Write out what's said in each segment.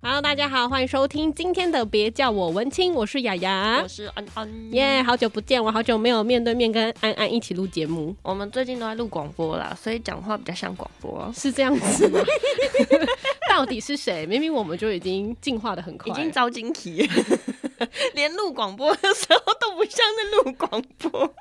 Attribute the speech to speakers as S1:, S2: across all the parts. S1: Hello，大家好，欢迎收听今天的《别叫我文青》，我是雅雅
S2: 我。是安安。
S1: 耶、好久不见，我好久没有面对面跟安安一起录节目，
S2: 我们最近都在录广播啦，所以讲话比较像广播。
S1: 是这样 子吗？到底是谁？明明我们就已经进化的很快
S2: 已
S1: 了，
S2: 经遭 惊奇，连录广播的时候都不像在录广播。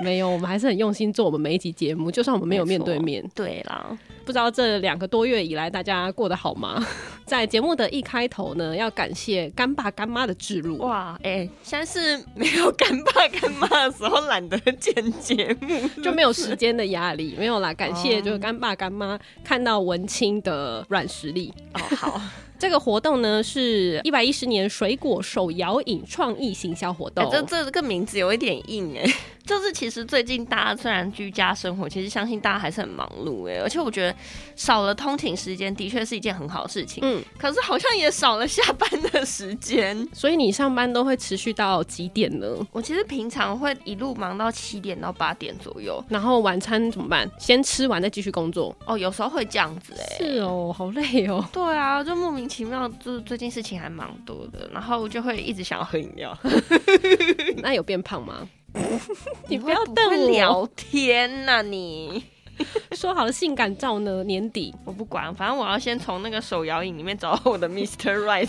S1: 没有，我们还是很用心做我们每一集节目，就算我们没有面对面。
S2: 对啦，
S1: 不知道这两个多月以来大家过得好吗？在节目的一开头呢，要感谢干爸干妈的置入。
S2: 哇，哎、现在是没有干爸干妈的时候，懒得剪节目，
S1: 就没有时间的压力，没有啦。感谢
S2: 哦
S1: 就是干爸干妈看到文青的软实力。
S2: 哦好，
S1: 这个活动呢是一百一十年水果手摇饮创意行销活动
S2: 哎，这这个名字有一点硬哎、 就是其实最近大家虽然居家生活，其实相信大家还是很忙碌哎、而且我觉得少了通勤时间的确是一件很好的事情，
S1: 嗯，
S2: 可是好像也少了下班的时间。
S1: 所以你上班都会持续到几点呢？
S2: 我其实平常会一路忙到七点到八点左右，
S1: 然后晚餐怎么办？先吃完再继续工作。
S2: 哦，有时候会这样子哎、
S1: 是哦，好累 哦。
S2: 对啊，就莫名其妙，就是最近事情还蛮多的，然后就会一直想要喝饮料。
S1: 那有变胖吗？你 不
S2: 会
S1: 要
S2: 不
S1: 瞪
S2: 会
S1: 我。
S2: 聊天呐、你！
S1: 说好的性感照呢？年底
S2: 我不管，反正我要先从那个手摇饮里面找到我的 Mr. Right，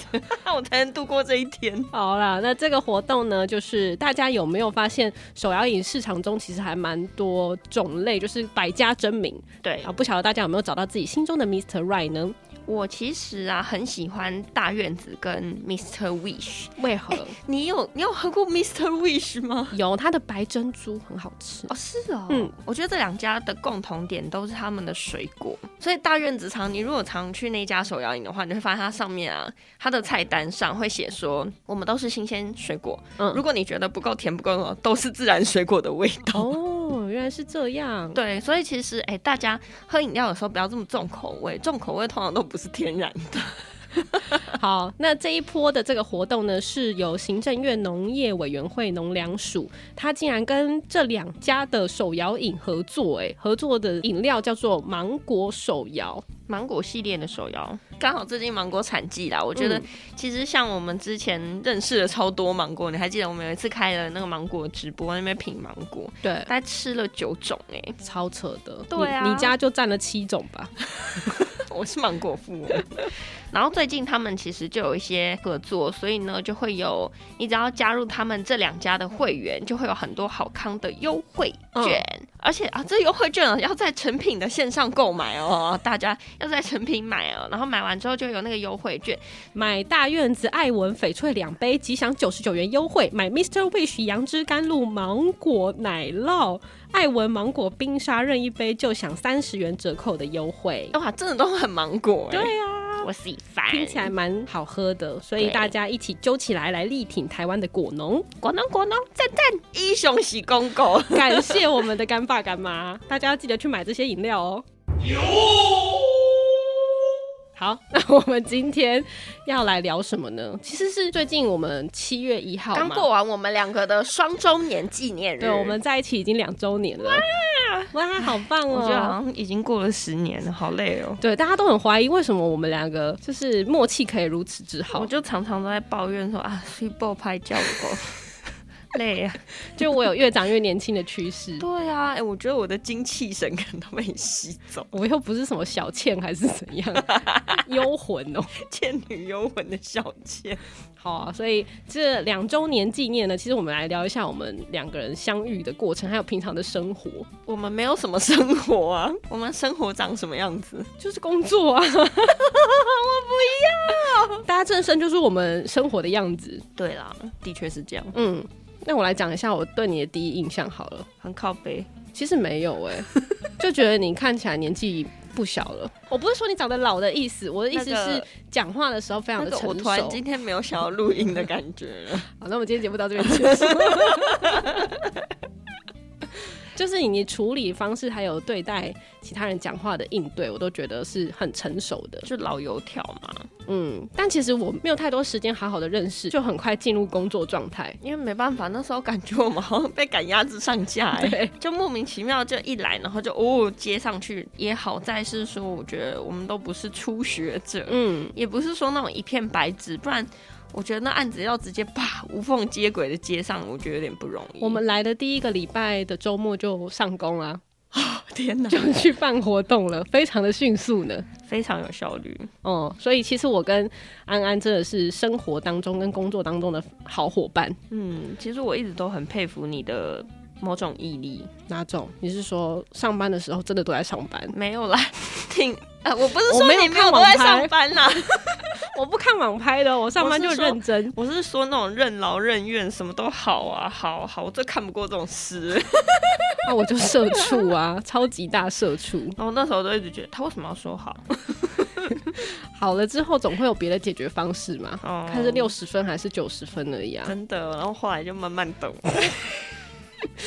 S2: 我 才能度过这一天。
S1: 好啦，那这个活动呢，就是大家有没有发现手摇饮市场中其实还蛮多种类，就是百家争鸣
S2: 对
S1: 啊？不晓得大家有没有找到自己心中的 Mr. Right 呢？
S2: 我其实啊很喜欢大院子跟 Mr. Wish，
S1: 为何、
S2: 你有你有喝过 Mr. Wish 吗？
S1: 有它的白珍珠很好吃？
S2: 哦，是哦，
S1: 嗯
S2: 我觉得这两家的共同点都是他们的水果，所以大院子常你如果常去那家手摇饮的话，你会发现它上面啊，它的菜单上会写说我们都是新鲜水果，
S1: 嗯
S2: 如果你觉得不够甜不够浓，都是自然水果的味道。
S1: 哦，原来是这样。
S2: 对，所以其实哎、大家喝饮料的时候不要这么重口味，重口味通常都不是天然的。
S1: 好，那这一波的这个活动呢，是由行政院农业委员会农粮署，它竟然跟这两家的手摇饮合作、哎，合作的饮料叫做芒果手摇。
S2: 芒果系列的手摇，刚好最近芒果产季啦，我觉得
S1: 嗯
S2: 其实像我们之前认识了超多芒果，你还记得我们有一次开了那个芒果直播，那边品芒果，
S1: 对，
S2: 大概吃了九种哎、
S1: 超扯的，
S2: 对啊
S1: 你你家就占了七种吧？
S2: 我是芒果 富翁。然后最近他们其实就有一些合作，所以呢就会有，你只要加入他们这两家的会员，就会有很多好康的优惠券。而且啊，这优惠券啊要在成品的线上购买哦， 大家要在成品买哦。然后买完之后就有那个优惠券，
S1: 买大院子爱文翡翠两杯，即享九十九元优惠；买 Mr. Wish 杨枝甘露芒果奶酪、爱文芒果冰沙任一杯，就享三十元折扣的优惠。
S2: 哇，真的都很芒果、欸。
S1: 对
S2: 啊，我喜欢。
S1: 听起来蛮好喝的，所以
S2: 对
S1: 大家一起揪起来，来力挺台湾的果 农。
S2: 果农果农赞赞，英雄喜公狗。
S1: 感谢我们的干爸干妈，大家要记得去买这些饮料哦。好， 那我们今天要来聊什么呢？其实是最近我们七月一号
S2: 刚
S1: 嘛
S2: 过完我们两个的双周年纪念日，
S1: 对，我们在一起已经两周年了。哇好棒
S2: 我觉得好
S1: 哦！
S2: 像已经过了十年了，好累哦。
S1: 对，大家都很怀疑为什么我们两个就是默契可以如此之好
S2: 我。就常常都在抱怨说啊，睡爆拍叫 狗，累啊。
S1: 就我有越长越年轻的趋势，
S2: 对啊，哎、我觉得我的精气神可能都被吸走，
S1: 我又不是什么小倩还是怎样 幽魂哦。
S2: 倩女幽魂的小倩。
S1: 好啊，所以这两周年纪念呢，其实我们来聊一下我们两个人相遇的过程，还有平常的生活，
S2: 我们没有什么生活啊，我们生活长什么样子？
S1: 就是工作啊。 我不要， 大家正身就是我们生活的样子。
S2: 对啦，的确是这样，
S1: 嗯，那我来讲一下我对你的第一印象好了。
S2: 很靠背。
S1: 其实没 有哎、就觉得你看起来年纪不小了。我不是说你长得老的意思，我的意思
S2: 那个
S1: 是讲话的时候非常
S2: 那个
S1: 的成熟。
S2: 我突然今天没有想要录音的感觉了。
S1: 好，那我们今天节目到这边结束。 就是你处理方式还有对待其他人讲话的应对，我都觉得是很成熟的。
S2: 就老油条嘛，
S1: 嗯，但其实我没有太多时间好好的认识，就很快进入工作状态。
S2: 因为没办法，那时候感觉我们好像被赶鸭子上 架、欸，
S1: 对，
S2: 就莫名其妙就一来，然后就哦接上去。也好在是说，我觉得我们都不是初学者，
S1: 嗯，
S2: 也不是说那种一片白纸，不然我觉得那案子要直接啪无缝接轨的接上，我觉得有点不容易。
S1: 我们来的第一个礼拜的周末就上工啊，
S2: 天哪，
S1: 就去办活动了，非常的迅速呢。
S2: 非常有效率。
S1: 哦、所以其实我跟安安真的是生活当中跟工作当中的好伙伴。
S2: 嗯，其实我一直都很佩服你的某种毅力。
S1: 哪种？你是说上班的时候真的都在上班？
S2: 没有啦， 挺啊，我不是
S1: 我
S2: 说
S1: 没有
S2: 你没有
S1: 看
S2: 都
S1: 网
S2: 在
S1: 拍
S2: 上班啊啦，
S1: 我不看网拍的，我上班就认真。
S2: 我是说那种任劳任怨，什么都好啊，好好，我最看不过这种 事。
S1: 那、我就社畜啊，超级大社畜。
S2: 然后那时候都一直觉得他为什么要说好？
S1: 好了之后，总会有别的解决方式嘛。
S2: 哦
S1: 看是六十分还是九十分而已啊。
S2: 真的，然后后来就慢慢 懂。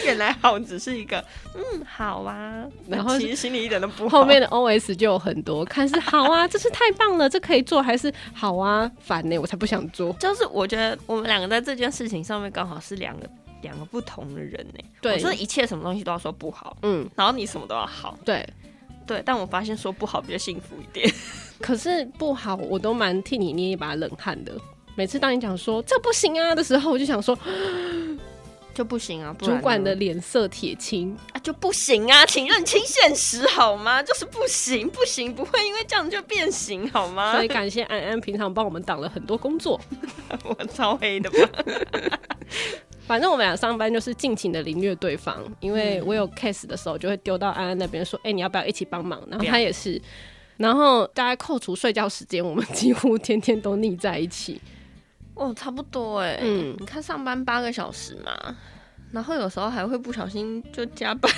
S2: 原来好只是一个，嗯，好啊，
S1: 然后
S2: 其实心里一点都不好。
S1: 后面的 OS 就有很多，看是好 啊，这是太棒了，这可以做，还是好啊，烦呢、我才不想做。
S2: 就是我觉得我们两个在这件事情上面刚好是两个两个不同的人呢、
S1: 对
S2: 我就是一切什么东西都要说不好，
S1: 嗯，
S2: 然后你什么都要好，
S1: 对。
S2: 对。但我发现说不好比较幸福一 点。
S1: 可是不好，我都蛮替你捏一把冷汗的。每次当你讲说这不行啊的时候，我就想说，
S2: 就不行啊，不然
S1: 主
S2: 呢
S1: 管的脸色铁青，
S2: 啊就不行啊，请认清现实好吗？就是不行，不行，不会因为这样就变形好吗？
S1: 所以感谢安安平常帮我们挡了很多工作。
S2: 我超黑的吧？
S1: 反正我们俩上班就是尽情的凌虐对方，因为
S2: 嗯
S1: 我有 case 的时候就会丢到安安那边说，哎、你要不要一起帮忙？然后
S2: 不要
S1: 他也是，然后大概扣除睡觉时间，我们几乎天天都腻在一起。
S2: 哦，差不多哎、
S1: 嗯
S2: 你看上班八个小时嘛，然后有时候还会不小心就加班，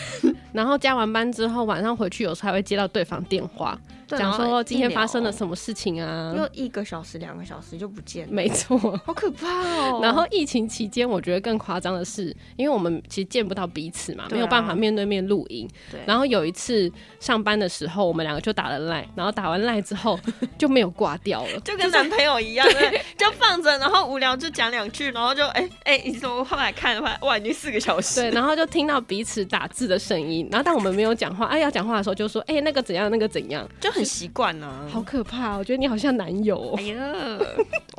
S1: 然后加完班之后，晚上回去有时候还会接到对方电话，
S2: 对
S1: 讲
S2: 然后
S1: 说今天发生了
S2: 一
S1: 什么事情
S2: 聊
S1: 啊？
S2: 又一个小时、两个小时就不见了，
S1: 没错。
S2: 好可怕哦。
S1: 然后疫情期间，我觉得更夸张的是，因为我们其实见不到彼此嘛，
S2: 对啊
S1: 没有办法面对面录音。
S2: 对
S1: 然后有一次上班的时候，我们两个就打了赖，然后打完赖之后就没有挂掉 了。
S2: 就跟男朋友一样，对就放着，然后无聊就讲两句，然后就哎哎、你怎么后来看的话，哇，已经四个小时，
S1: 对，然后就听到彼此打字的声音，然后但我们没有讲话，哎、要讲话的时候就说，哎、那个怎样，那个怎样，
S2: 就很习惯啊呢。
S1: 好可怕、我觉得你好像男友、哦
S2: 哎，呀，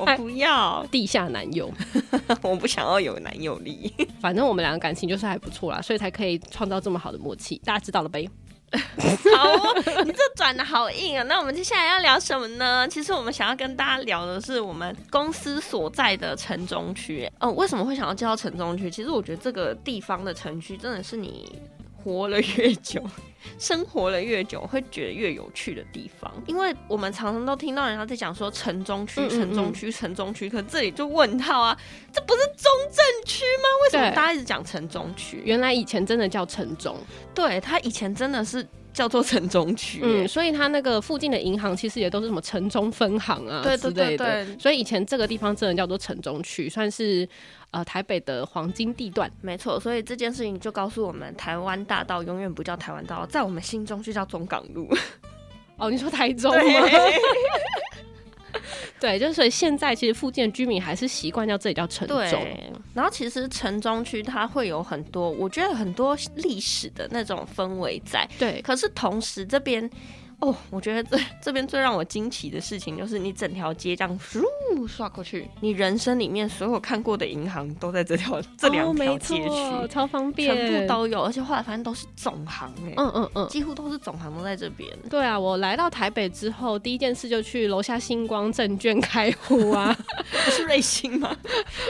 S2: 我不要，
S1: 地下男友。
S2: 我不想要有男友力。
S1: 反正我们两个感情就是还不错啦，所以才可以创造这么好的默契，大家知道了呗？
S2: 好哦、你这转的好硬啊！那我们接下来要聊什么呢？其实我们想要跟大家聊的是我们公司所在的城中区。嗯，为什么会想要介绍城中区？其实我觉得这个地方的城区真的是你活了越久。 生活了越久，会觉得越有趣的地方，因为我们常常都听到人家在讲说城中区、
S1: 嗯嗯
S2: 城中区、城中区，可这里就问号啊，这不是中正区吗？为什么
S1: 对
S2: 大家一直讲城中区？
S1: 原来以前真的叫城中，
S2: 对，它以前真的是叫做城中区、
S1: 嗯，所以它那个附近的银行其实也都是什么城中分行啊
S2: 对
S1: 之
S2: 对
S1: 类
S2: 对
S1: 的，
S2: 对，
S1: 所以以前这个地方真的叫做城中区，算是呃台北的黄金地段。
S2: 没错。所以这件事情就告诉我们，台湾大道永远不叫台湾大道，在我们心中就叫中港路。
S1: 哦，你说台中吗？
S2: 对
S1: 对，就是所以现在其实附近的居民还是习惯叫这里叫城中。
S2: 对。 然后其实城中区它会有很多，我觉得很多历史的那种氛围在。
S1: 对，
S2: 可是同时这边。哦，我觉得这这边最让我惊奇的事情就是，你整条街这样咻刷过去，你人生里面所有看过的银行都在这条 这两条
S1: 哦没
S2: 街区，
S1: 错超方便，
S2: 全部都有，而且后来发现都是总行哎、
S1: 嗯嗯嗯。
S2: 几乎都是总行都在这边。
S1: 对啊，我来到台北之后，第一件事就去楼下星光证券开户啊，
S2: 不是瑞幸吗？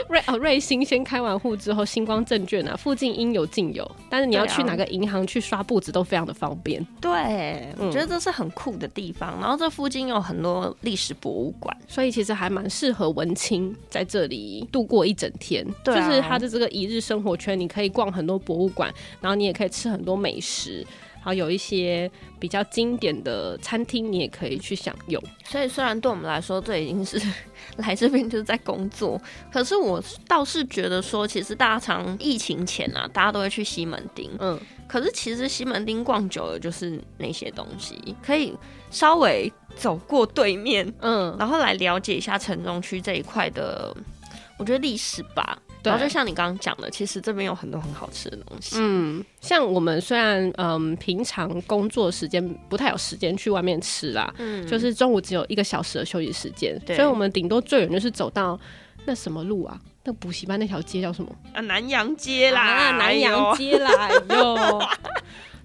S1: 瑞哦瑞星先开完户之后，星光证券啊，附近应有尽有，但是你要
S2: 对啊
S1: 去哪个银行去刷簿子都非常的方便。
S2: 对，
S1: 嗯
S2: 我觉得这是很酷的地方。然后这附近有很多历史博物馆，
S1: 所以其实还蛮适合文青在这里度过一整天，
S2: 对啊
S1: 就是它的这个一日生活圈，你可以逛很多博物馆，然后你也可以吃很多美食，然后有一些比较经典的餐厅，你也可以去享用。
S2: 所以虽然对我们来说这已经是 来这边就是在工作，可是我倒是觉得说，其实大家常疫情前啊，大家都会去西门町，
S1: 嗯，
S2: 可是其实西门町逛久了就是那些东西，可以稍微走过对面，
S1: 嗯，
S2: 然后来了解一下城中区这一块的，我觉得历史吧。
S1: 对
S2: 然后就像你刚刚讲的，其实这边有很多很好吃的东西。
S1: 嗯，像我们虽然嗯平常工作时间不太有时间去外面吃啦，
S2: 嗯
S1: 就是中午只有一个小时的休息时间，
S2: 对
S1: 所以我们顶多最远就是走到那什么路啊，那补习班那条街叫什么？
S2: 啊，南洋街啦，
S1: 啊南洋街啦，哎呦。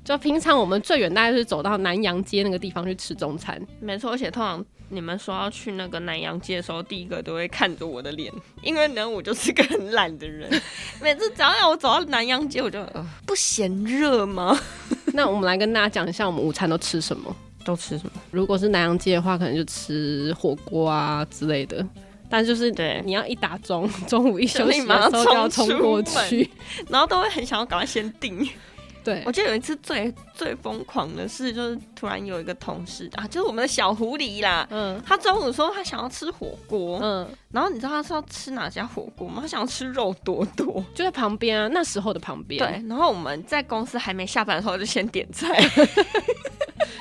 S1: 就平常我们最远大概是走到南洋街那个地方去吃 中餐，
S2: 没错，而且通常你们说要去那个南洋街的时候，第一个都会看着我的脸，因为呢，我就是个很懒的人。每次只要让我走到南洋街，我就、呃、不嫌热吗？
S1: 那我们来跟大家讲一下我们午餐都吃什么。
S2: 都吃什么？
S1: 如果是南洋街的话，可能就吃火锅啊之类的。但就是
S2: 对
S1: 你要一打钟，中午一休息
S2: 就立马
S1: 的时候就要
S2: 冲
S1: 冲
S2: 出
S1: 过
S2: 门
S1: 去。
S2: 然后都会很想要赶快先订。
S1: 对
S2: 我，记得有一次最最疯狂的事，就是突然有一个同事啊，就是我们的小狐狸啦。
S1: 嗯
S2: 他中午说他想要吃火锅，
S1: 嗯，
S2: 然后你知道他是要吃哪家火锅吗？他想要吃肉多多。
S1: 就在旁边啊，那时候的旁边。
S2: 对，，然后我们在公司还没下班的时候就先点菜，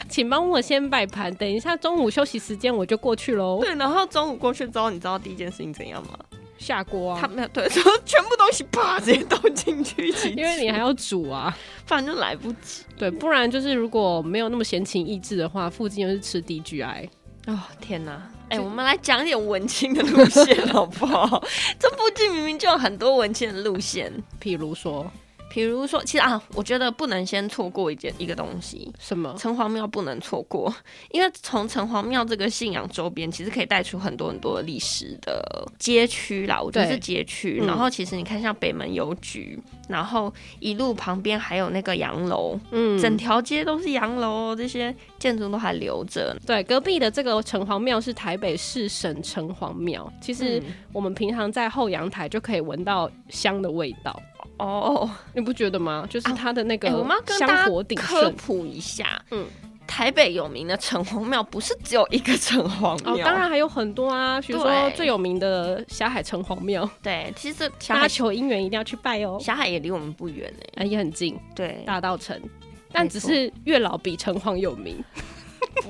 S1: 请帮我先摆盘，等一下中午休息时间我就过去喽。
S2: 对，然后中午过去之后，你知道第一件事情怎样吗？
S1: 下锅
S2: 他
S1: 啊，
S2: 没有对，然后全部东西啪直接倒进去一起吃，
S1: 因为你还要 煮啊。
S2: 不然就来不及
S1: 对，不然就是如果没有那么闲情逸致的话，附近就是吃 DGI。
S2: 哦！天哪，哎、我们来讲一点文青的路线好不好？ 这附近明明就有很多文青的路线，
S1: 譬如说
S2: 比如说，其实啊，我觉得不能先错过一件一个东西。
S1: 什么？
S2: 城隍庙不能错过，因为从城隍庙这个信仰周边，其实可以带出很多很多历史的街区啦。我觉得
S1: 对
S2: 是街区。
S1: 嗯
S2: 然后其实你看，像北门邮局，然后一路旁边还有那个洋楼，
S1: 嗯
S2: 整条街都是洋楼哦，这些建筑都还留着。
S1: 对，隔壁的这个城隍庙是台北市省城隍庙。其实
S2: 嗯
S1: 我们平常在后阳台就可以闻到香的味道，
S2: 哦，
S1: 你不觉得吗？就是它的那个
S2: 哎我们要跟大
S1: 香
S2: 家
S1: 火鼎
S2: 科
S1: 盛。
S2: 普一下，嗯
S1: 嗯，
S2: 台北有名的城隍庙不是只有一个城隍
S1: 哦，
S2: 庙，
S1: 当然还有很多啊，比如说
S2: 对
S1: 最有名的霞海城隍庙，
S2: 对，其实小
S1: 大家
S2: 海
S1: 求姻缘一定要去拜哦，
S2: 小海也离我们不远哎、
S1: 啊，也很近，
S2: 对，
S1: 大道城，但只是月老比城隍有名。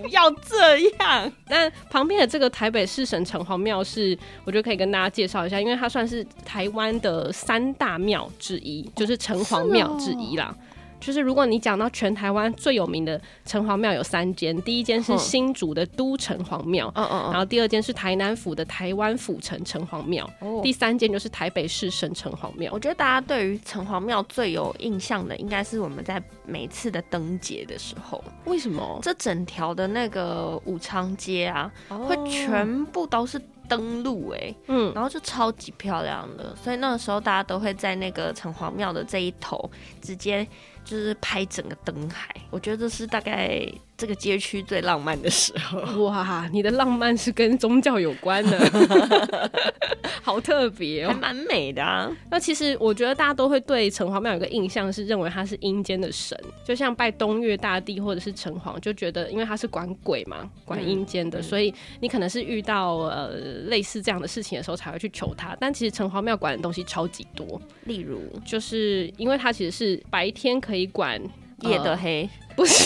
S2: 不要这样。
S1: 但呃旁边的这个台北市省城隍庙是，我觉得可以跟大家介绍一下，因为它算是台湾的三大庙之一，就是城隍庙之一啦。哦就是如果你讲到全台湾最有名的城隍庙有三间，第一间是
S2: 嗯
S1: 新竹的都城隍庙，
S2: 嗯嗯
S1: 然后第二间是台南府的台湾府城城隍庙，
S2: 哦
S1: 第三间就是台北市省城隍庙
S2: 我。觉得大家对于城隍庙最有印象的，应该是我们在每次的灯节的时候，
S1: 为什么？
S2: 这整条的那个武昌街啊，会
S1: 哦
S2: 全部都是灯笼哎、
S1: 嗯
S2: 然后就超级漂亮的，所以那个时候大家都会在那个城隍庙的这一头直接就是拍整个灯海，我觉得这是大概这个街区最浪漫的时候。
S1: 哇，你的浪漫是跟宗教有关的， 好特别
S2: 还
S1: 哦。
S2: 蛮美的啊，
S1: 那其实我觉得大家都会对城隍庙有个印象，是认为它是阴间的神，就像拜东岳大帝或者是城隍，就觉得因为他是管鬼
S2: 嗯
S1: 嘛，管阴间的，所以你可能是遇到呃类似这样的事情的时候才会去求他。但其实城隍庙管的东西超级多，
S2: 例如
S1: 就是因为它其实是白天可以管
S2: 夜的
S1: 呃
S2: 黑，
S1: 不是。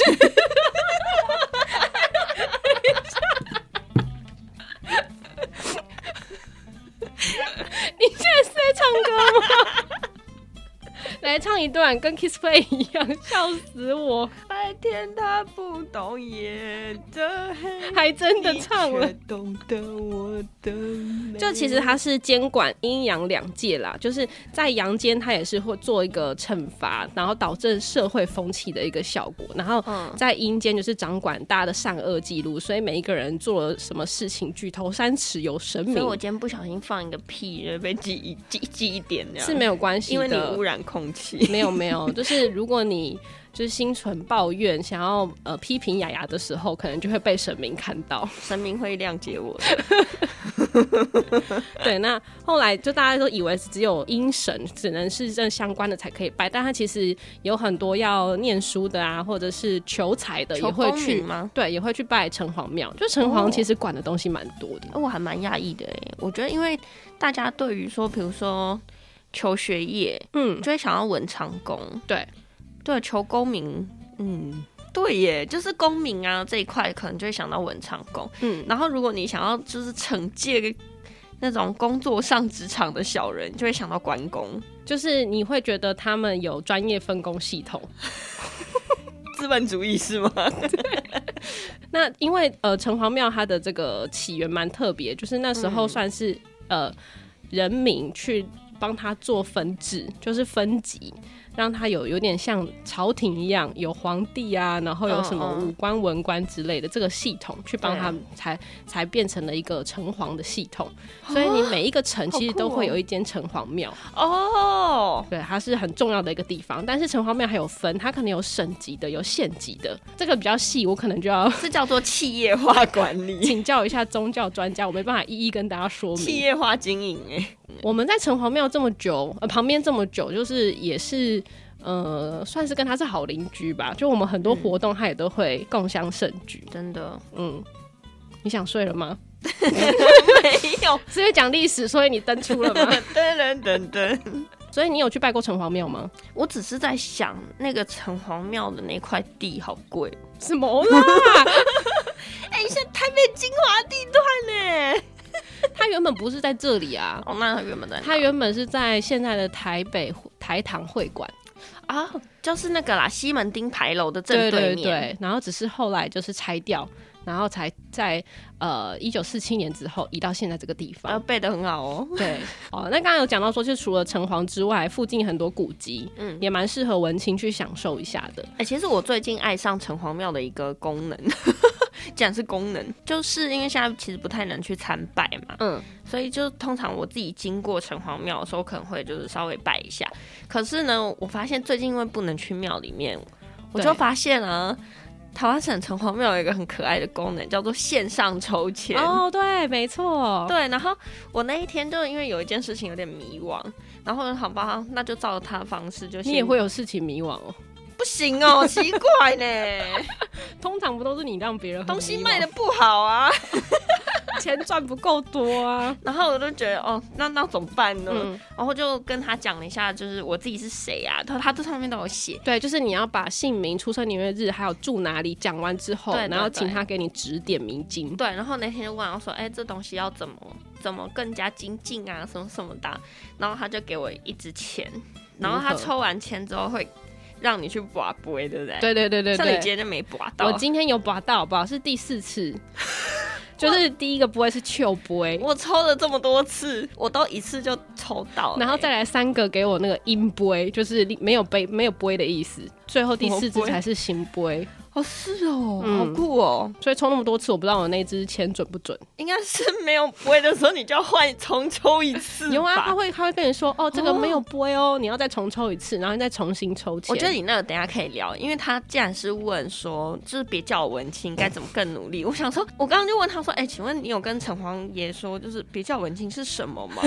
S1: 你现在是在唱歌吗？来唱一段，跟 Kiss Play 一样，笑死我！
S2: 白天他不懂夜的黑，
S1: 还真的唱了。
S2: 懂得我的美
S1: 就其实它是监管阴阳两界啦，就是在阳间它也是会做一个惩罚，然后导致社会风气的一个效果，然后
S2: 嗯
S1: 在阴间就是掌管大家的善恶记录，所以每一个人做了什么事情，举头三尺有神
S2: 所以
S1: 明
S2: 我今天不小心放一个屁，就被记一记记一点这样，
S1: 是没有关系
S2: 因
S1: 的，
S2: 为你污染空 气。
S1: 没有没有，就是如果你就是心存抱怨，想要呃批评雅雅的时候，可能就会被神明看到。
S2: 神明会谅解我的，
S1: 对，那后来就大家都以为只有阴神只能是这相关的才可以拜，但他其实有很多要念书的啊，或者是 求财的也
S2: 求
S1: 会
S2: 功
S1: 去
S2: 名吗，
S1: 对，也会去拜城隍庙。就城
S2: 哦
S1: 隍其实管的东西蛮多的，
S2: 我还蛮讶异的哎。我觉得，因为大家对于说，比如说求学业，
S1: 嗯，
S2: 就会想要文昌宫，
S1: 对。
S2: 对，求公民，嗯，对耶，就是公民啊这一块，可能就会想到文昌宫。
S1: 嗯，
S2: 然后如果你想要就是惩戒那种工作上职场的小人，就会想到关公。
S1: 就是你会觉得他们有专业分工系统。
S2: 资本主义是吗？
S1: 那因为呃，城隍庙它的这个起源蛮特别，就是那时候
S2: 嗯
S1: 算是、呃人民去帮他做分治，就是分级，让他有有点像朝廷一样，有皇帝啊，然后有什么
S2: 嗯嗯
S1: 武官、文官之类的这个系统去帮
S2: 对啊
S1: 他们才、才变成了一个城隍的系统。所以你每一个城其
S2: 哦
S1: 实
S2: 好酷
S1: 都会
S2: 哦
S1: 有一间城隍庙，
S2: 哦，
S1: 对，它是很重要的一个地方。但是城隍庙还有分，它可能有省级的，有县级的，这个比较细，我可能就要。
S2: 这叫做企业化管 理，
S1: 请教一下宗教专家，我没办法一一跟大家说
S2: 企
S1: 明。
S2: 业化经营哎，
S1: 我们在城隍庙这么久，呃，旁边这么久，就是也是。呃，算是跟他是好邻居吧，就我们很多活动，他也都会共襄盛举。
S2: 真的
S1: 嗯，你想睡了吗？
S2: 没 有。
S1: 是因为讲历史，所以你登出了 吗？
S2: 噔噔噔噔，
S1: 所以你有去拜过城隍庙吗？
S2: 我只是在想那个城隍庙的那块地好贵，
S1: 什么啦？
S2: 哎、现在台北精华地段欸呢？
S1: 他原本不是在这里啊，
S2: 哦，那它原本在哪
S1: 他原本是在现在的台北台糖会馆
S2: 啊，就是那个啦，西门町牌楼的正
S1: 对
S2: 对面。
S1: 对对，然后只是后来就是拆掉，然后才在呃一九四七年之后移到现在这个地方。
S2: 啊，背的很好哦。
S1: 对，哦，那刚刚有讲到说，就除了城隍之外，附近很多古迹，嗯
S2: 嗯，
S1: 也蛮适合文青去享受一下的。
S2: 哎、其实我最近爱上城隍庙的一个功能， 竟然是功能，就是因为现在其实不太能去参拜嘛，
S1: 嗯，
S2: 所以就通常我自己经过城隍庙的时候，可能会就是稍微拜一下。可是呢，我发现最近因为不能去庙里面，我
S1: 对
S2: 就发现啊，台湾省城隍庙有一个很可爱的功能，叫做线上抽签。
S1: 哦，对，没错，
S2: 对，然后我那一天就因为有一件事情有点迷惘，然后好吧，那就照他的方式就先
S1: 你也会有事情迷惘哦。
S2: 不行 哦，奇怪呢，
S1: 通常不都是你让别人很
S2: 东西
S1: 迷惘
S2: 卖的不好啊。
S1: 钱赚不够多啊？
S2: 然后我就觉得哦，那那怎么办呢？
S1: 嗯，
S2: 然后就跟他讲了一下，就是我自己是谁啊，他他这上面都有写。
S1: 对，就是你要把姓名、出生年月日还有住哪里讲完之后，
S2: 对对
S1: 然后请
S2: 对
S1: 他给你指点迷津。
S2: 对，然后那天就问我说：“哎、这东西要怎么怎么更加精进啊，什么什么的啊。”然后他就给我一支签，然后他
S1: 如何
S2: 抽完签之后会让你去拔杯，对不对？
S1: 对对对对
S2: 像
S1: 对
S2: 你今，天就没拔到。啊
S1: 我今天有拔到，好不好？是第四次， 就是第一个不会是秋波，
S2: 我抽了这么多次，我都一次就抽到了欸、
S1: 然后再来三个给我那个音波，就是没有杯没有波的意思，最后第四
S2: 什么
S1: 次
S2: 杯
S1: 才是行波。
S2: 哦，是哦，
S1: 嗯
S2: 好酷哦，
S1: 所以抽那么多次，我不知道我那支签准不准。
S2: 应该是没有 不会的时候，你就要换重抽一次。
S1: 有啊，他。会他会跟你说，哦，这个没有波哦，你要再重抽一次，然后你再重新抽
S2: 我
S1: 签。
S2: 觉得你那个等一下可以聊，因为他既然是问说，就是别叫我文青，该怎么更努力？我想说，我刚刚就问他说，哎、请问你有跟城隍爷说，就是别叫文青是什么吗？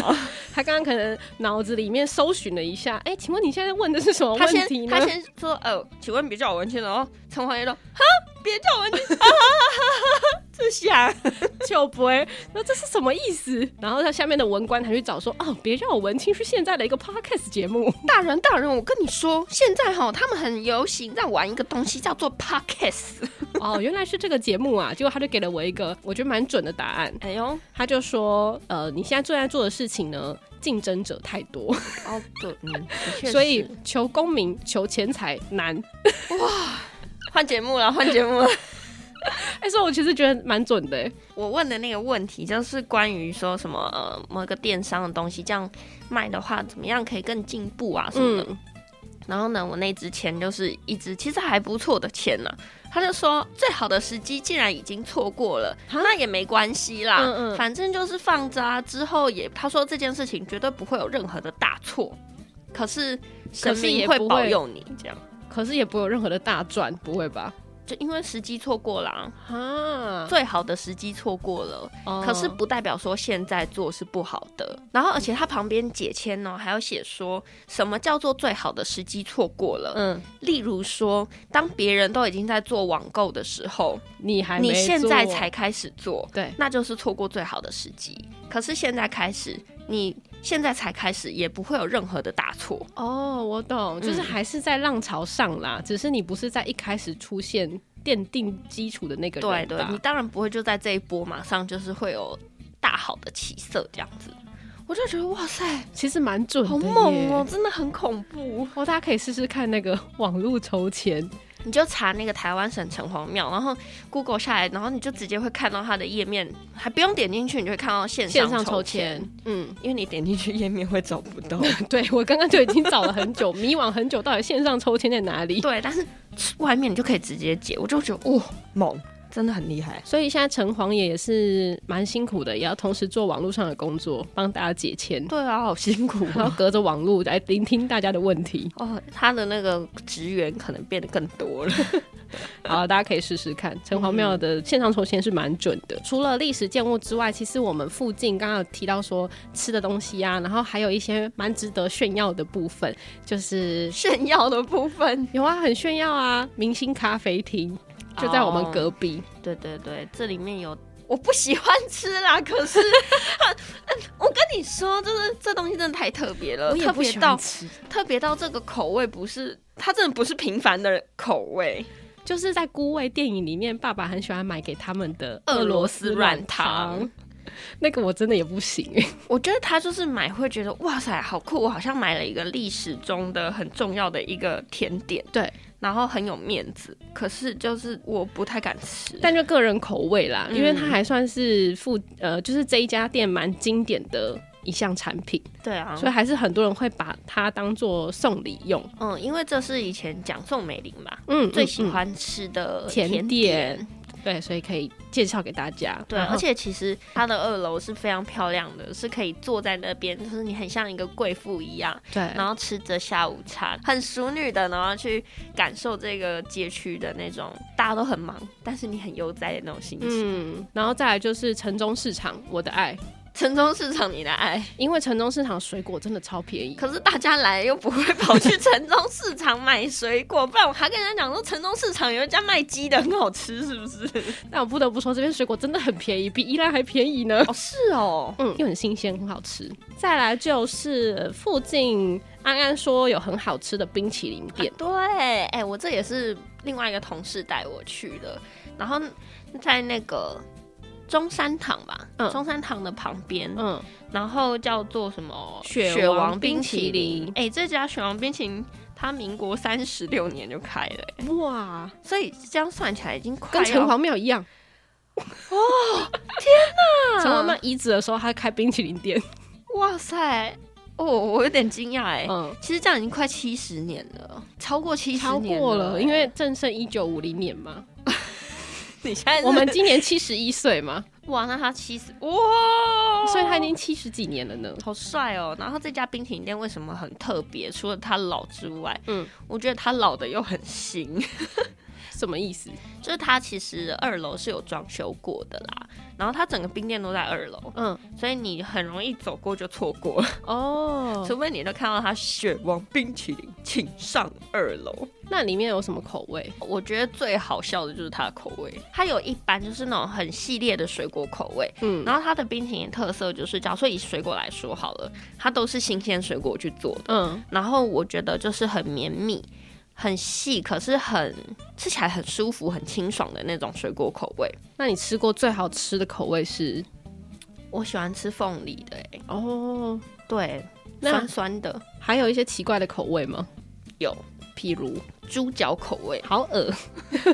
S1: 他刚刚可能脑子里面搜寻了一下，哎、请问你现在问的是什么
S2: 他
S1: 问题
S2: 先
S1: 呢
S2: 他？先说，呃，请问别叫我文青，然后城隍爷说，哈，别叫我文青，哈哈哈哈哈，这下
S1: 就不会，那这是什么意思？然后他下面的文官还去找说，哦，别让我文青是现在的一个 podcast 节 目。
S2: 大人，大人，我跟你说，现在哈，他们很流行在玩一个东西叫做 podcast。
S1: 哦，原来是这个节目啊！结果他就给了我一个我觉得蛮准的答案，
S2: 哎呦，
S1: 他就说，呃，你现在正在做的事情呢，竞争者太 多，
S2: 哦，对，嗯，
S1: 所以求功名、求钱财难。
S2: 换节目了，换节目了。
S1: 哎、所以我其实觉得蛮准的、
S2: 我问的那个问题就是关于说什么呃某个电商的东西这样卖的话，怎么样可以更进步啊什么的。
S1: 嗯，
S2: 然后呢，我那支签就是一支其实还不错的签呢、他就说最好的时机竟然已经错过了，那也没关系啦，
S1: 嗯嗯
S2: 反正就是放着啊。之后也他说这件事情绝对不会有任何的大错，可是神
S1: 可是也
S2: 明
S1: 不
S2: 会
S1: 会
S2: 保佑你这样。
S1: 可是也不会有任何的大赚，不会吧？
S2: 就因为时机错过了、啊，
S1: 啊，
S2: 最好的时机错过了，
S1: 哦
S2: 可是不代表说现在做是不好的。然后，而且他旁边解签呢、还要写说什么叫做最好的时机错过了。
S1: 嗯，
S2: 例如说，当别人都已经在做网购的时候，
S1: 你还没
S2: 你现在
S1: 做
S2: 才开始做，
S1: 对
S2: 那就是错过最好的时机。可是现在开始，你现在才开始，也不会有任何的大错。
S1: 哦，我懂，就是
S2: 嗯
S1: 还是在浪潮上啦，只是你不是在一开始出现奠定基础的那个
S2: 对
S1: 人
S2: 对
S1: 吧，
S2: 你当然不会就在这一波马上就是会有大好的起色这样子。我就觉得哇塞，
S1: 其实蛮准的，
S2: 好猛哦、！真的很恐怖。
S1: 哦，大家可以试试看那个 网络筹钱，
S2: 你就查那个台湾省城隍庙，然后 Google 下来，然后你就直接会看到它的页面，还不用点进去，你就会看到线
S1: 线上
S2: 筹
S1: 筹钱。嗯，
S2: 因为你点进去页面会找不到。
S1: 对我刚刚就已经找了很久， 迷惘很久，到底线上抽签在哪里？
S2: 对，但是外面你就可以直接解，我就觉得哇、哦猛，真的很厉害。
S1: 所以现在城隍爷也是蛮辛苦的，也要同时做网络上的工作，帮大家解签，
S2: 对啊，好辛苦
S1: 然后隔着网络来聆听大家的问题。
S2: 哦，他的那个职员可能变得更多了。
S1: 好，大家可以试试看，城隍庙的线上抽签是蛮准的。除了历史建物之外，其实我们附近刚刚有提到说吃的东西啊，然后还有一些蛮值得炫耀的部分，就是
S2: 炫耀的部分，
S1: 有啊，很炫耀啊，明星咖啡厅就在我们隔壁。
S2: 哦对对对，这里面有我不喜欢吃啦，可 是呃我跟你说，就是这东西真的太特别了，
S1: 我也
S2: 特
S1: 不
S2: 别
S1: 喜
S2: 到
S1: 欢吃，
S2: 特别到这个口味不是，它真的不是平凡的口味。
S1: 就是在孤味电影里面，爸爸很喜欢买给他们的
S2: 俄罗斯软
S1: 糖，
S2: 糖
S1: 那个我真的也不行、
S2: 我觉得他就是买会觉得哇塞，好酷！我好像买了一个历史中的很重要的一个甜点，
S1: 对，
S2: 然后很有面子。可是就是我不太敢吃，
S1: 但就个人口味啦，
S2: 嗯
S1: 因为它还算是附呃，就是这一家店蛮经典的一项产品，
S2: 对啊，
S1: 所以还是很多人会把它当做送礼用。
S2: 嗯，因为这是以前蒋宋美龄吧、
S1: 嗯，
S2: 最喜
S1: 嗯、
S2: 欢吃的
S1: 嗯甜
S2: 点。
S1: 点对，所以可以介绍给大家。
S2: 对，啊
S1: 然后
S2: 而且其实它的二楼是非常漂亮的，是可以坐在那边，就是你很像一个贵妇一样，
S1: 对
S2: 然后吃着下午茶，很淑女的，然后去感受这个街区的那种大家都很忙，但是你很悠哉的那种心情。
S1: 嗯，然后再来就是城中市场，我的爱，
S2: 城中市场你的爱，
S1: 因为城中市场水果真的超便宜。
S2: 可是大家来又不会跑去城中市场买水果，不然我还跟人家讲说城中市场有一家卖鸡的很好吃，是不是？
S1: 但我不得不说，这边水果真的很便宜，比宜兰还便宜呢。
S2: 哦，是哦，
S1: 嗯，又很新鲜，很好吃。再来就是附近安安说有很好吃的冰淇淋店，
S2: 对，哎、我这也是另外一个同事带我去的，然后在那个中山堂吧，
S1: 嗯
S2: 中山堂的旁边，
S1: 嗯，
S2: 然后叫做什么
S1: 雪王冰淇淋
S2: 哎、这家雪王冰淇淋它民国三十六年就开了、欸
S1: 哇，
S2: 所以这样算起来已经快
S1: 跟城
S2: 要
S1: 隍庙一样。哦，天哪！城隍庙遗址的时候，他开冰淇淋店。
S2: 哇塞，哦，我有点惊讶哎。
S1: 嗯，
S2: 其实这样已经快七十年了，超过七十
S1: 超
S2: 年
S1: 过
S2: 了
S1: 了，
S2: 欸
S1: 因为正胜一九五零年嘛，
S2: 你现在是
S1: 我们今年七十一岁嘛，
S2: 哇，那他七十哇，
S1: 所以他已经七十几年了呢。
S2: 好帅哦！然后这家冰淇淋店为什么很特别？除了它老之外，
S1: 嗯，
S2: 我觉得它老的又很新，
S1: 什么意思？
S2: 就是它其实二楼是有装修过的啦。然后它整个冰店都在二楼，
S1: 嗯，
S2: 所以你很容易走过就错过了，
S1: 哦，
S2: 除非你都看到它雪王冰淇淋，请上二楼。
S1: 那里面有什么口味？
S2: 我觉得最好笑的就是它的口味，它有一般就是那种很系列的水果口味，
S1: 嗯，
S2: 然后它的冰淇淋特色就是，假如说以水果来说好了，它都是新鲜水果去做的。
S1: 嗯，
S2: 然后我觉得就是很绵密、很细，可是很吃起来很舒服、很清爽的那种水果口味。
S1: 那你吃过最好吃的口味是？
S2: 我喜欢吃凤梨的、欸，
S1: 哦，
S2: 对，
S1: 那
S2: 酸酸的，
S1: 还有一些奇怪的口味吗？
S2: 有
S1: 譬如，
S2: 猪脚口味，
S1: 好恶，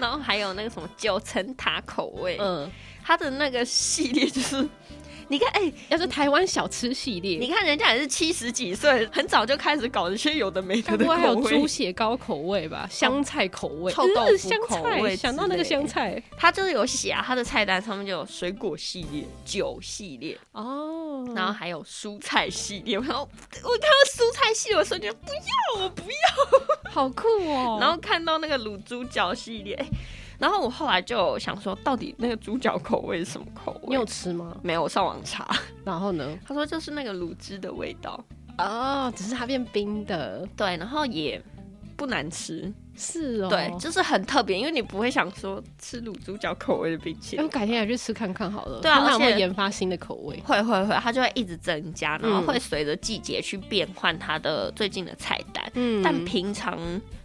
S2: 然后还有那个什么九层塔口味，
S1: 嗯，
S2: 它的那个系列就是。你看，哎、
S1: 要是台湾小吃系列，
S2: 你看人家也是七十几岁，很早就开始搞这些有的没
S1: 该
S2: 的
S1: 不
S2: 的
S1: 会还
S2: 口
S1: 有
S2: 味哦
S1: 猪。血糕口味吧？香菜口味，
S2: 臭豆腐
S1: 嗯香
S2: 口味之类
S1: 菜，想到那个香菜
S2: 它就是有写啊，它的菜单上面就有水果系列、酒系列，
S1: 哦
S2: 然后还有蔬菜系列， 然后我看到蔬菜系列的时候就不要，我不要。
S1: 好酷哦
S2: 然后看到那个卤猪脚系列，哎然后我后来就想说，到底那个猪脚口味是什么口味？
S1: 你有吃吗？
S2: 没有？我上网查，
S1: 然后呢？
S2: 他说就是那个卤汁的味道，
S1: 哦，只是它变冰的，
S2: 对，然后也不难吃，
S1: 是哦，
S2: 对，就是很特别，因为你不会想说吃卤猪脚口味的冰淇
S1: 哎
S2: 淋
S1: 我。改天也去吃看看好了，
S2: 对啊
S1: 看看有没
S2: 而
S1: 有
S2: 且
S1: 研发新的口味。
S2: 会会会，它就会一直增加，然后
S1: 嗯
S2: 会随着季节去变换它的最近的菜单。
S1: 嗯
S2: 但平常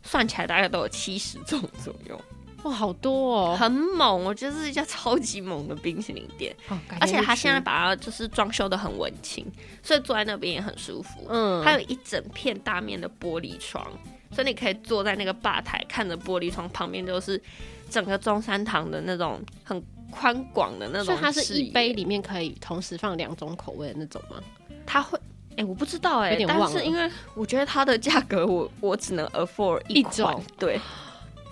S2: 算起来大概都有七十种左右，
S1: 哇，好多哦，
S2: 很猛！我觉得是一家超级猛的冰淇淋店，
S1: 好改天
S2: 而且
S1: 去
S2: 它
S1: 吃
S2: 现在把它哎就是装修的很文青，所以坐在那边也很舒服。
S1: 嗯，
S2: 它有一整片大面的玻璃窗，所以你可以坐在那个吧台，看着玻璃窗旁边就是整个中山堂的那种很宽广的那种视
S1: 所
S2: 野。
S1: 以它是一杯里面可以同时放两种口味的那种吗？
S2: 它会。哎、我不知道哎、
S1: 有点忘
S2: 但
S1: 了
S2: 是因为我觉得它的价格我，我只能 afford 一哎
S1: 一种
S2: 款，对，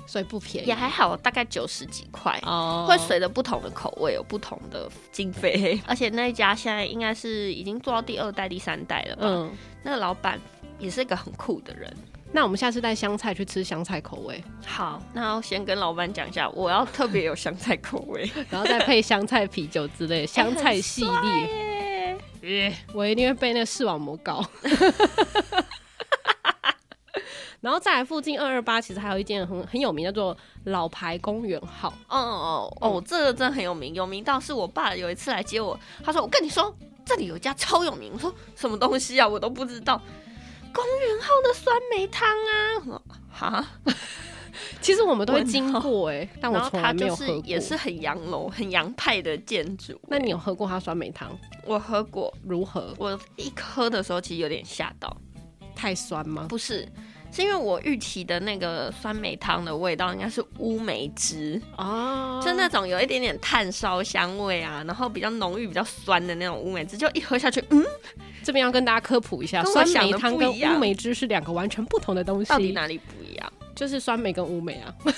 S1: 所以不便宜
S2: 也还好，大概九十几块，
S1: 哦，
S2: 会随着不同的口味有不同的经费。 而且那一家现在应该是已经做到第二代、第三代了吧？
S1: 嗯。
S2: 那个老板也是一个很酷的人。
S1: 那我们下次带香菜去吃香菜口味，
S2: 好，那我先跟老板讲一下，我要特别有香菜口 味。
S1: 然后再配香菜啤酒之类的
S2: 哎
S1: 香菜系 列。我一定会被那个视网膜搞。然后再来附近二二八，其实还有一间很很有名，叫做老牌公园号。
S2: 哦哦哦，这个真的很有名，有名到是我爸有一次来接我，他说：“我跟你说，这里有一家超有名。”我说：“什么东西啊？我都不知道。”公园号的酸梅汤啊，我说哈，
S1: 其实我们都会经过哎、但我
S2: 然后
S1: 从
S2: 它
S1: 来没
S2: 就
S1: 有喝
S2: 是
S1: 过。
S2: 也是很洋楼、很洋派的建筑。
S1: 那你有喝过它酸梅汤
S2: 我喝过，
S1: 如何？
S2: 我一喝的时候其实有点吓到，
S1: 太酸吗？
S2: 不是，是因为我预期的那个酸梅汤的味道应该是乌梅汁，
S1: 哦，
S2: 就那种有一点点炭烧香味啊，然后比较浓郁、比较酸的那种乌梅汁，就一喝下去，嗯，
S1: 这边要跟大家科普一下，
S2: 跟我
S1: 酸
S2: 想
S1: 梅
S2: 的
S1: 汤
S2: 不
S1: 跟
S2: 一样
S1: 乌梅汁是两个完全不同的东
S2: 到底
S1: 西，
S2: 哪里不一样？
S1: 就是酸梅跟乌梅啊。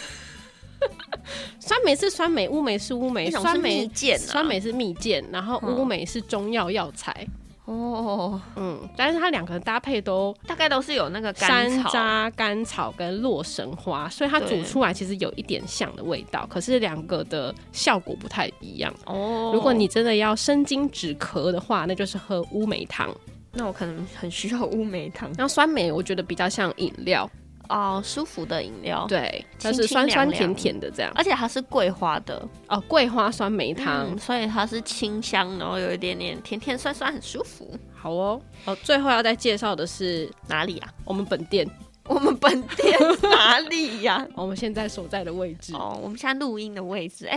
S1: 酸梅是酸梅，乌梅是乌梅，
S2: 一种
S1: 酸
S2: 是
S1: 梅
S2: 蜜饯、啊，
S1: 酸梅是蜜饯，然后乌梅是中药药材，
S2: 哦，
S1: 嗯，但是它两个搭配都
S2: 大概都是有那个甘
S1: 山
S2: 草，
S1: 楂、甘草跟洛神花，所以它
S2: 对
S1: 煮出来其实有一点像的味道，可是两个的效果不太一样。
S2: 哦
S1: 如果你真的要生津止咳的话，那就是喝乌梅汤。
S2: 那我可能很需要乌梅汤
S1: 然后酸梅我觉得比较像饮料，
S2: 哦，舒服的饮料，，
S1: 对，
S2: 清
S1: 就
S2: 清
S1: 是酸酸
S2: 凉
S1: 甜
S2: 凉
S1: 甜的这样。
S2: 而且它是桂花的
S1: 哦，桂花酸梅汤，
S2: 嗯，所以它是清香，然后有一点点甜甜酸酸，很舒服。
S1: 好哦。哦，最后要再介绍的是
S2: 哪里啊？
S1: 我们本店，
S2: 我们本店哪里呀、
S1: 我们现在所在的位置。
S2: 哦，我们现在录音的位置，哎、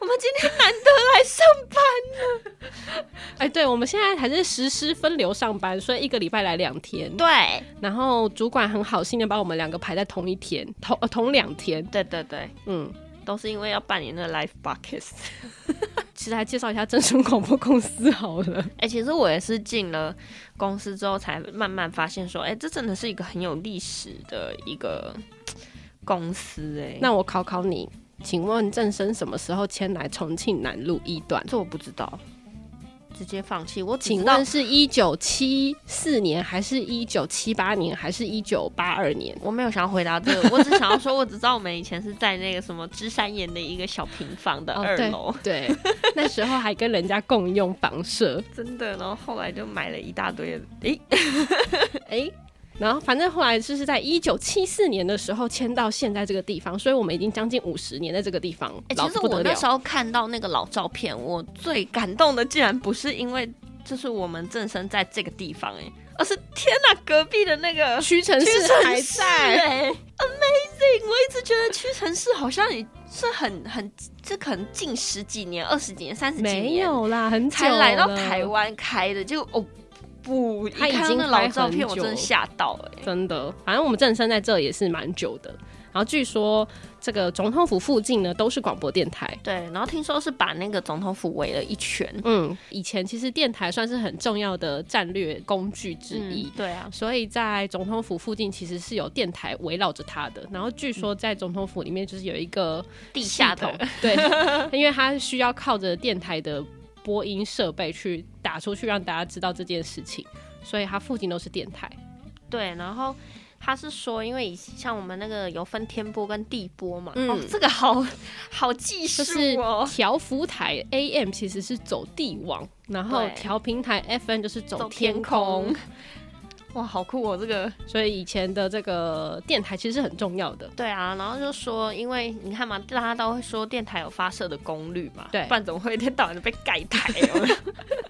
S2: 我们今天难得来上
S1: 哎，对，我们现在还是实施分流上班，所以一个礼拜来两天。
S2: 对，
S1: 然后主管很好心的把我们两个排在同一天，同、呃、同两天。
S2: 对对对，
S1: 嗯，
S2: 都是因为要扮演那 life buckets。
S1: 其实还介绍一下正声广播公司好了。
S2: 哎、其实我也是进了公司之后，才慢慢发现说，哎、这真的是一个很有历史的一个公司、哎，
S1: 那我考考你，请问正声什么时候迁来重庆南路一段？
S2: 这我不知道，直接放弃。我只
S1: 请
S2: 知道
S1: 问是一九七四年，还是一九七八年，还是一九八二年？
S2: 我没有想要回答这个，我只想要说，我只知道我们以前是在那个什么芝山岩的一个小平房的
S1: 哦
S2: 二
S1: 对
S2: 楼，
S1: 对，那时候还跟人家共用房 舍，
S2: 真的。然后后来就买了一大堆，诶、
S1: 哎、然后反正后来就是在一九七四年的时候迁到现在这个地方，所以我们已经将近五十年在这个地方，
S2: 哎，
S1: 老
S2: 其实
S1: 不
S2: 我
S1: 得
S2: 那
S1: 了。
S2: 时候看到那个老照片，我最感动的竟然不是因为就是我们正身在这个地方、哎，而是天呐，隔壁的那个
S1: 屈臣
S2: 屈
S1: 氏还
S2: 臣氏
S1: 在，
S2: 哎、a m a z i n g 我一直觉得屈臣氏好像也是很很，这可能近十几年、二十几年、三十 几
S1: 没
S2: 年
S1: 有啦，很久
S2: 才来到
S1: 了
S2: 台，湾开的，就哦不，一
S1: 他已
S2: 看到
S1: 经
S2: 那老
S1: 开
S2: 照
S1: 很
S2: 片，我真的
S1: 久
S2: 吓到哎、
S1: 真的。反正我们正身在这也是蛮久的。然后据说这个总统府附近呢都是广播电台。
S2: 对，然后听说是把那个总统府围了一圈
S1: 嗯，以前其实电台算是很重要的战略工具之一。
S2: 嗯对啊，
S1: 所以在总统府附近其实是有电台围绕着它的，然后据说在总统府里面就是有一个
S2: 嗯地
S1: 系
S2: 下
S1: 统
S2: 的，
S1: 对， 因为它需要靠着电台的播音设备去打出去，让大家知道这件事情，所以它附近都是电台。
S2: 对，然后他是说，因为以像我们那个有分天波跟地波嘛，
S1: 嗯
S2: 哦，这个好好技术
S1: 就是
S2: 哦，
S1: 调幅台 AM 其实是走地网，然后
S2: 对
S1: 调频台 FM 就是走
S2: 走
S1: 天
S2: 天空
S1: 空。
S2: 哇，好酷哦，这个
S1: 所以以前的这个电台其实是很重 要的。
S2: 对啊，然后就说，因为你看嘛，大家都会说电台有发射的功率嘛，
S1: 对
S2: 不然怎么会一天到晚就被盖台、哦？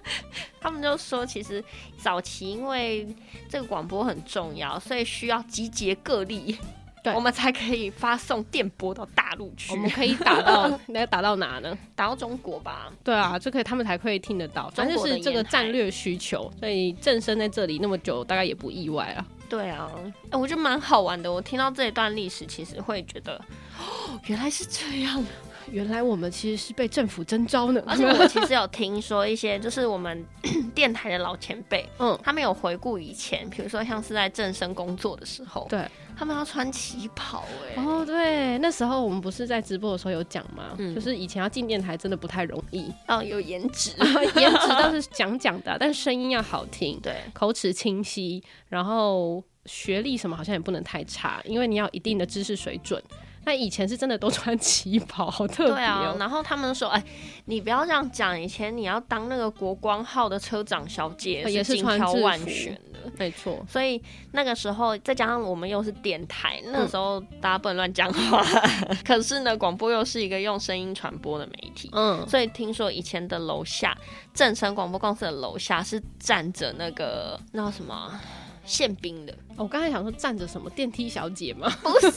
S2: 他们就说，其实早期因为这个广播很重要，所以需要集结各力，
S1: 对
S2: 我们才可以发送电波到大陆去
S1: 我，们可以 打到那打到哪呢？
S2: 打到中国吧。
S1: 对啊，这可以他们才可以听得到，反正就是这个战略需求，所以正身在这里那么久，大概也不意外啊。
S2: 对啊，哎、我觉得蛮好玩的。我听到这一段历史，其实会觉得，哦，原来是这样。
S1: 原来我们其实是被政府征召呢，
S2: 而且我其实有听说一些，就是我们 电台的老前辈，
S1: 嗯，
S2: 他们有回顾以前，比如说像是在正生工作的时候，
S1: 对，
S2: 他们要穿旗袍、哎、
S1: 哦对，那时候我们不是在直播的时候有讲吗？
S2: 嗯
S1: 就是以前要进电台真的不太容 易，
S2: 要有颜值，
S1: 颜值倒是讲讲的啊，但是声音要好听，
S2: 对，
S1: 口齿清晰，然后学历什么好像也不能太差，因为你要有一定的知识水准。那以前是真的都穿旗袍，好特
S2: 对
S1: 别
S2: 啊。
S1: 哦、
S2: 然后他们说，哎、你不要这样讲，以前你要当那个国光号的车长小姐，
S1: 呃也是
S2: 是
S1: 穿
S2: 千挑
S1: 制
S2: 万
S1: 服
S2: 选的。
S1: 没错，
S2: 所以那个时候，再加上我们又是电台，那
S1: 嗯
S2: 个时候大家不能乱讲话。 可是呢，广播又是一个用声音传播的媒体，
S1: 嗯，
S2: 所以听说以前的楼下，正声广播公司的楼下是站着那个那叫什么啊宪兵 的，
S1: 我刚才想说站着什么电梯小姐嘛，
S2: 不是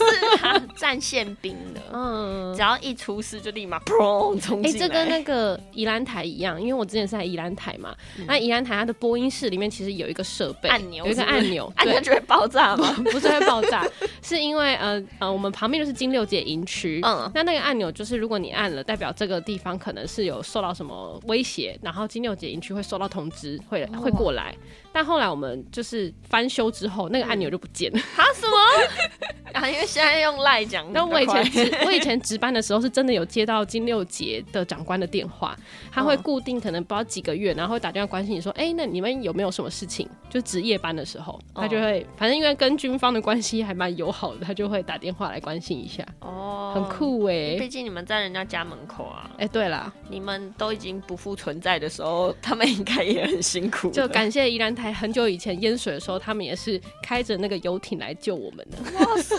S2: 啊，站宪兵的。
S1: 嗯
S2: 只，要一出事，就立马砰冲
S1: 哎、
S2: 进来。
S1: 这跟那个宜兰台一样，因为我之前是在宜兰台嘛，那宜兰台它的播音室里面其实有一个设备
S2: 嗯按钮
S1: 有一个
S2: 是不是
S1: 按钮，
S2: 按下
S1: 对，
S2: 啊就会爆炸 吗？
S1: 不是会爆炸，是因为呃呃，我们旁边就是金六街营区，
S2: 嗯，
S1: 那那个按钮就是，如果你按了，代表这个地方可能是有受到什么威胁，然后金六姐营区会收到通知，会
S2: 哇
S1: 会过来。但后来我们就是翻修之后，那个按钮就不见了。
S2: 啊什么？啊，因为现在用赖讲比较
S1: 但我
S2: 嗯快，
S1: 以前值我以前值班的时候，是真的有接到金六姐的长官的电话，他会
S2: 嗯
S1: 固定可能不知道几个月，然后会打电话关心你说，哎、那你们有没有什么事情？就值夜班的时候，他
S2: 哦
S1: 就会，反正因为跟军方的关系还蛮友好的，他就会打电话来关心一下，
S2: 哦，
S1: 很。酷哎、
S2: 毕竟你们在人家家门口啊，
S1: 哎、对啦，
S2: 你们都已经不复存在的时候，他们应该也很辛苦。
S1: 就感谢宜兰台很久以前淹水的时候，他们也是开着那个游艇来救我们的。哇，是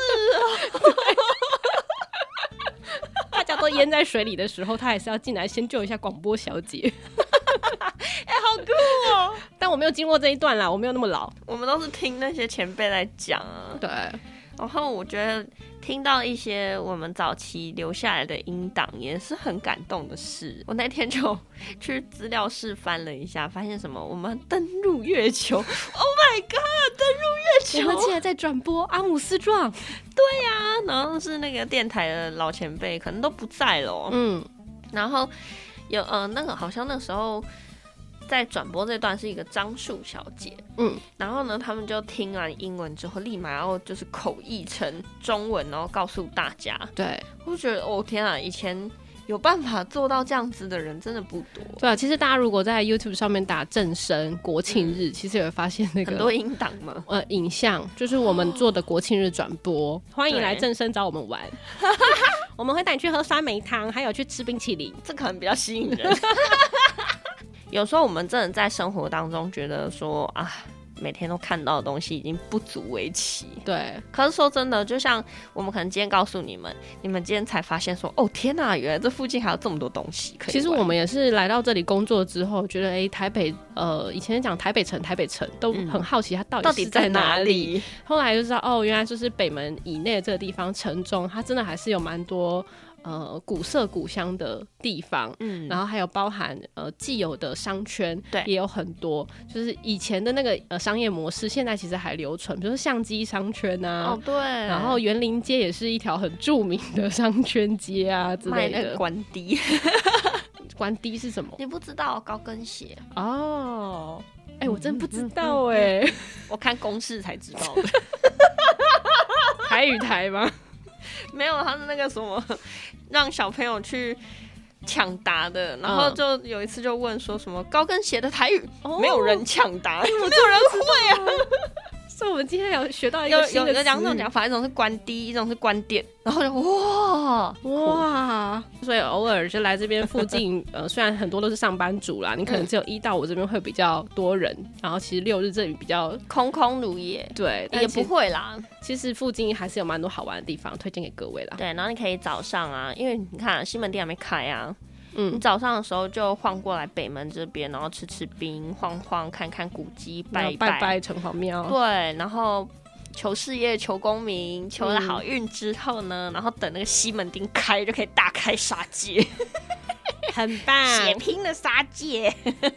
S1: 哦。大家都淹在水里的时候，他还是要进来先救一下广播小 姐。
S2: 哎、好酷哦！
S1: 但我没有经过这一段啦，我没有那么老。
S2: 我们都是听那些前辈来讲啊，
S1: 对，
S2: 然后我觉得听到一些我们早期留下来的音档也是很感动的事。我那天就去资料室翻了一下，发现什么我们登陆月球 ，Oh my god，登
S1: 我
S2: 陆
S1: 们
S2: 月球！啊
S1: 竟然在转播《阿姆斯壮》。
S2: 然后是那个电台的老前辈可能都不在了哦、
S1: 嗯，
S2: 然后有呃，那个好像那时候在转播这段是一个张树小姐，
S1: 嗯，
S2: 然后呢，他们就听完英文之后，立马要就是口译成中文，然后告诉大家。
S1: 对，
S2: 我就觉得哦天啊，以前有办法做到这样子的人真的不多，
S1: 对啊。其实大家如果在 YouTube 上面打“正声国庆日”，其实也会发现那
S2: 很
S1: 个
S2: 多音档嘛。
S1: 呃影像，就是我们做的国庆日转播，欢迎来
S2: 对
S1: 正生找我们 玩，我们会带你去喝酸梅汤，还有去吃冰淇淋。
S2: 这可能比较吸引 人。有时候我们真的在生活当中觉得说啊，每天都看到的东西已经不足为奇。
S1: 对，
S2: 可是说真的，就像我们可能今天告诉你们，你们今天才发现说，哦天呐，原来这附近还有这么多东西可以玩。
S1: 其实我们也是来到这里工作之后，觉得哎、诶台北呃，以前讲台北城，台北城都
S2: 嗯
S1: 很好奇它到
S2: 到
S1: 底
S2: 底
S1: 是
S2: 在
S1: 哪
S2: 哪里？
S1: 后来就知道哦，原来就是北门以内的这个地方，城中它真的还是有蛮多呃古色古香的地方。
S2: 嗯，
S1: 然后还有包含呃既有的商圈，
S2: 对
S1: 也有很多，就是以前的那个呃商业模式，现在其实还留存，比如说相机商圈啊，
S2: 哦对，
S1: 然
S2: 然
S1: 后园林街也是一条很著名的商圈街啊之
S2: 卖
S1: 类
S2: 那个
S1: 的。
S2: 关低，
S1: 关低是什么？
S2: 你不知道高跟鞋，
S1: 哦，哎、我真不知道哎、
S2: 嗯 我看公式才知道的。
S1: 台语台吗？
S2: 没有，他是那个什么，让小朋友去抢答的，然后
S1: 嗯
S2: 就有一次就问说什么高跟鞋的台语，
S1: 哦
S2: 没有人抢答，没有人会啊，
S1: 所以我们今天有学到一
S2: 有
S1: 个新
S2: 有
S1: 的
S2: 有两种
S1: 词语
S2: 讲法，一种是关低，一种是关店，然后就哇，
S1: 哇，所以偶尔就来这边附 近，呃，虽然很多都是上班族啦，你可能只有一到五这边会比较多人，然后其实六日这里比较
S2: 空空如也，
S1: 对，但
S2: 也
S1: 其
S2: 不
S1: 实
S2: 会啦。
S1: 其实附近还是有蛮多好玩的地方，推荐给各位啦。
S2: 对，然后你可以早上啊，因为你看、西门町还没开啊，你
S1: 嗯，
S2: 早上的时候就晃过来北门这边，然后吃吃冰，晃晃看看古迹，拜
S1: 拜嗯拜拜城隍庙，
S2: 对，然后求事业、求功名、求了好运之后呢，然后等那个西门町开就可以大开杀戒，
S1: 很
S2: 血
S1: 棒。
S2: 拼的杀戒，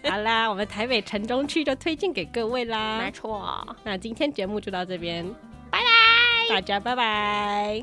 S1: 好啦，我们台北城中区就推荐给各位啦
S2: 没。错。
S1: 那今天节目就到这边，拜拜，大家拜拜。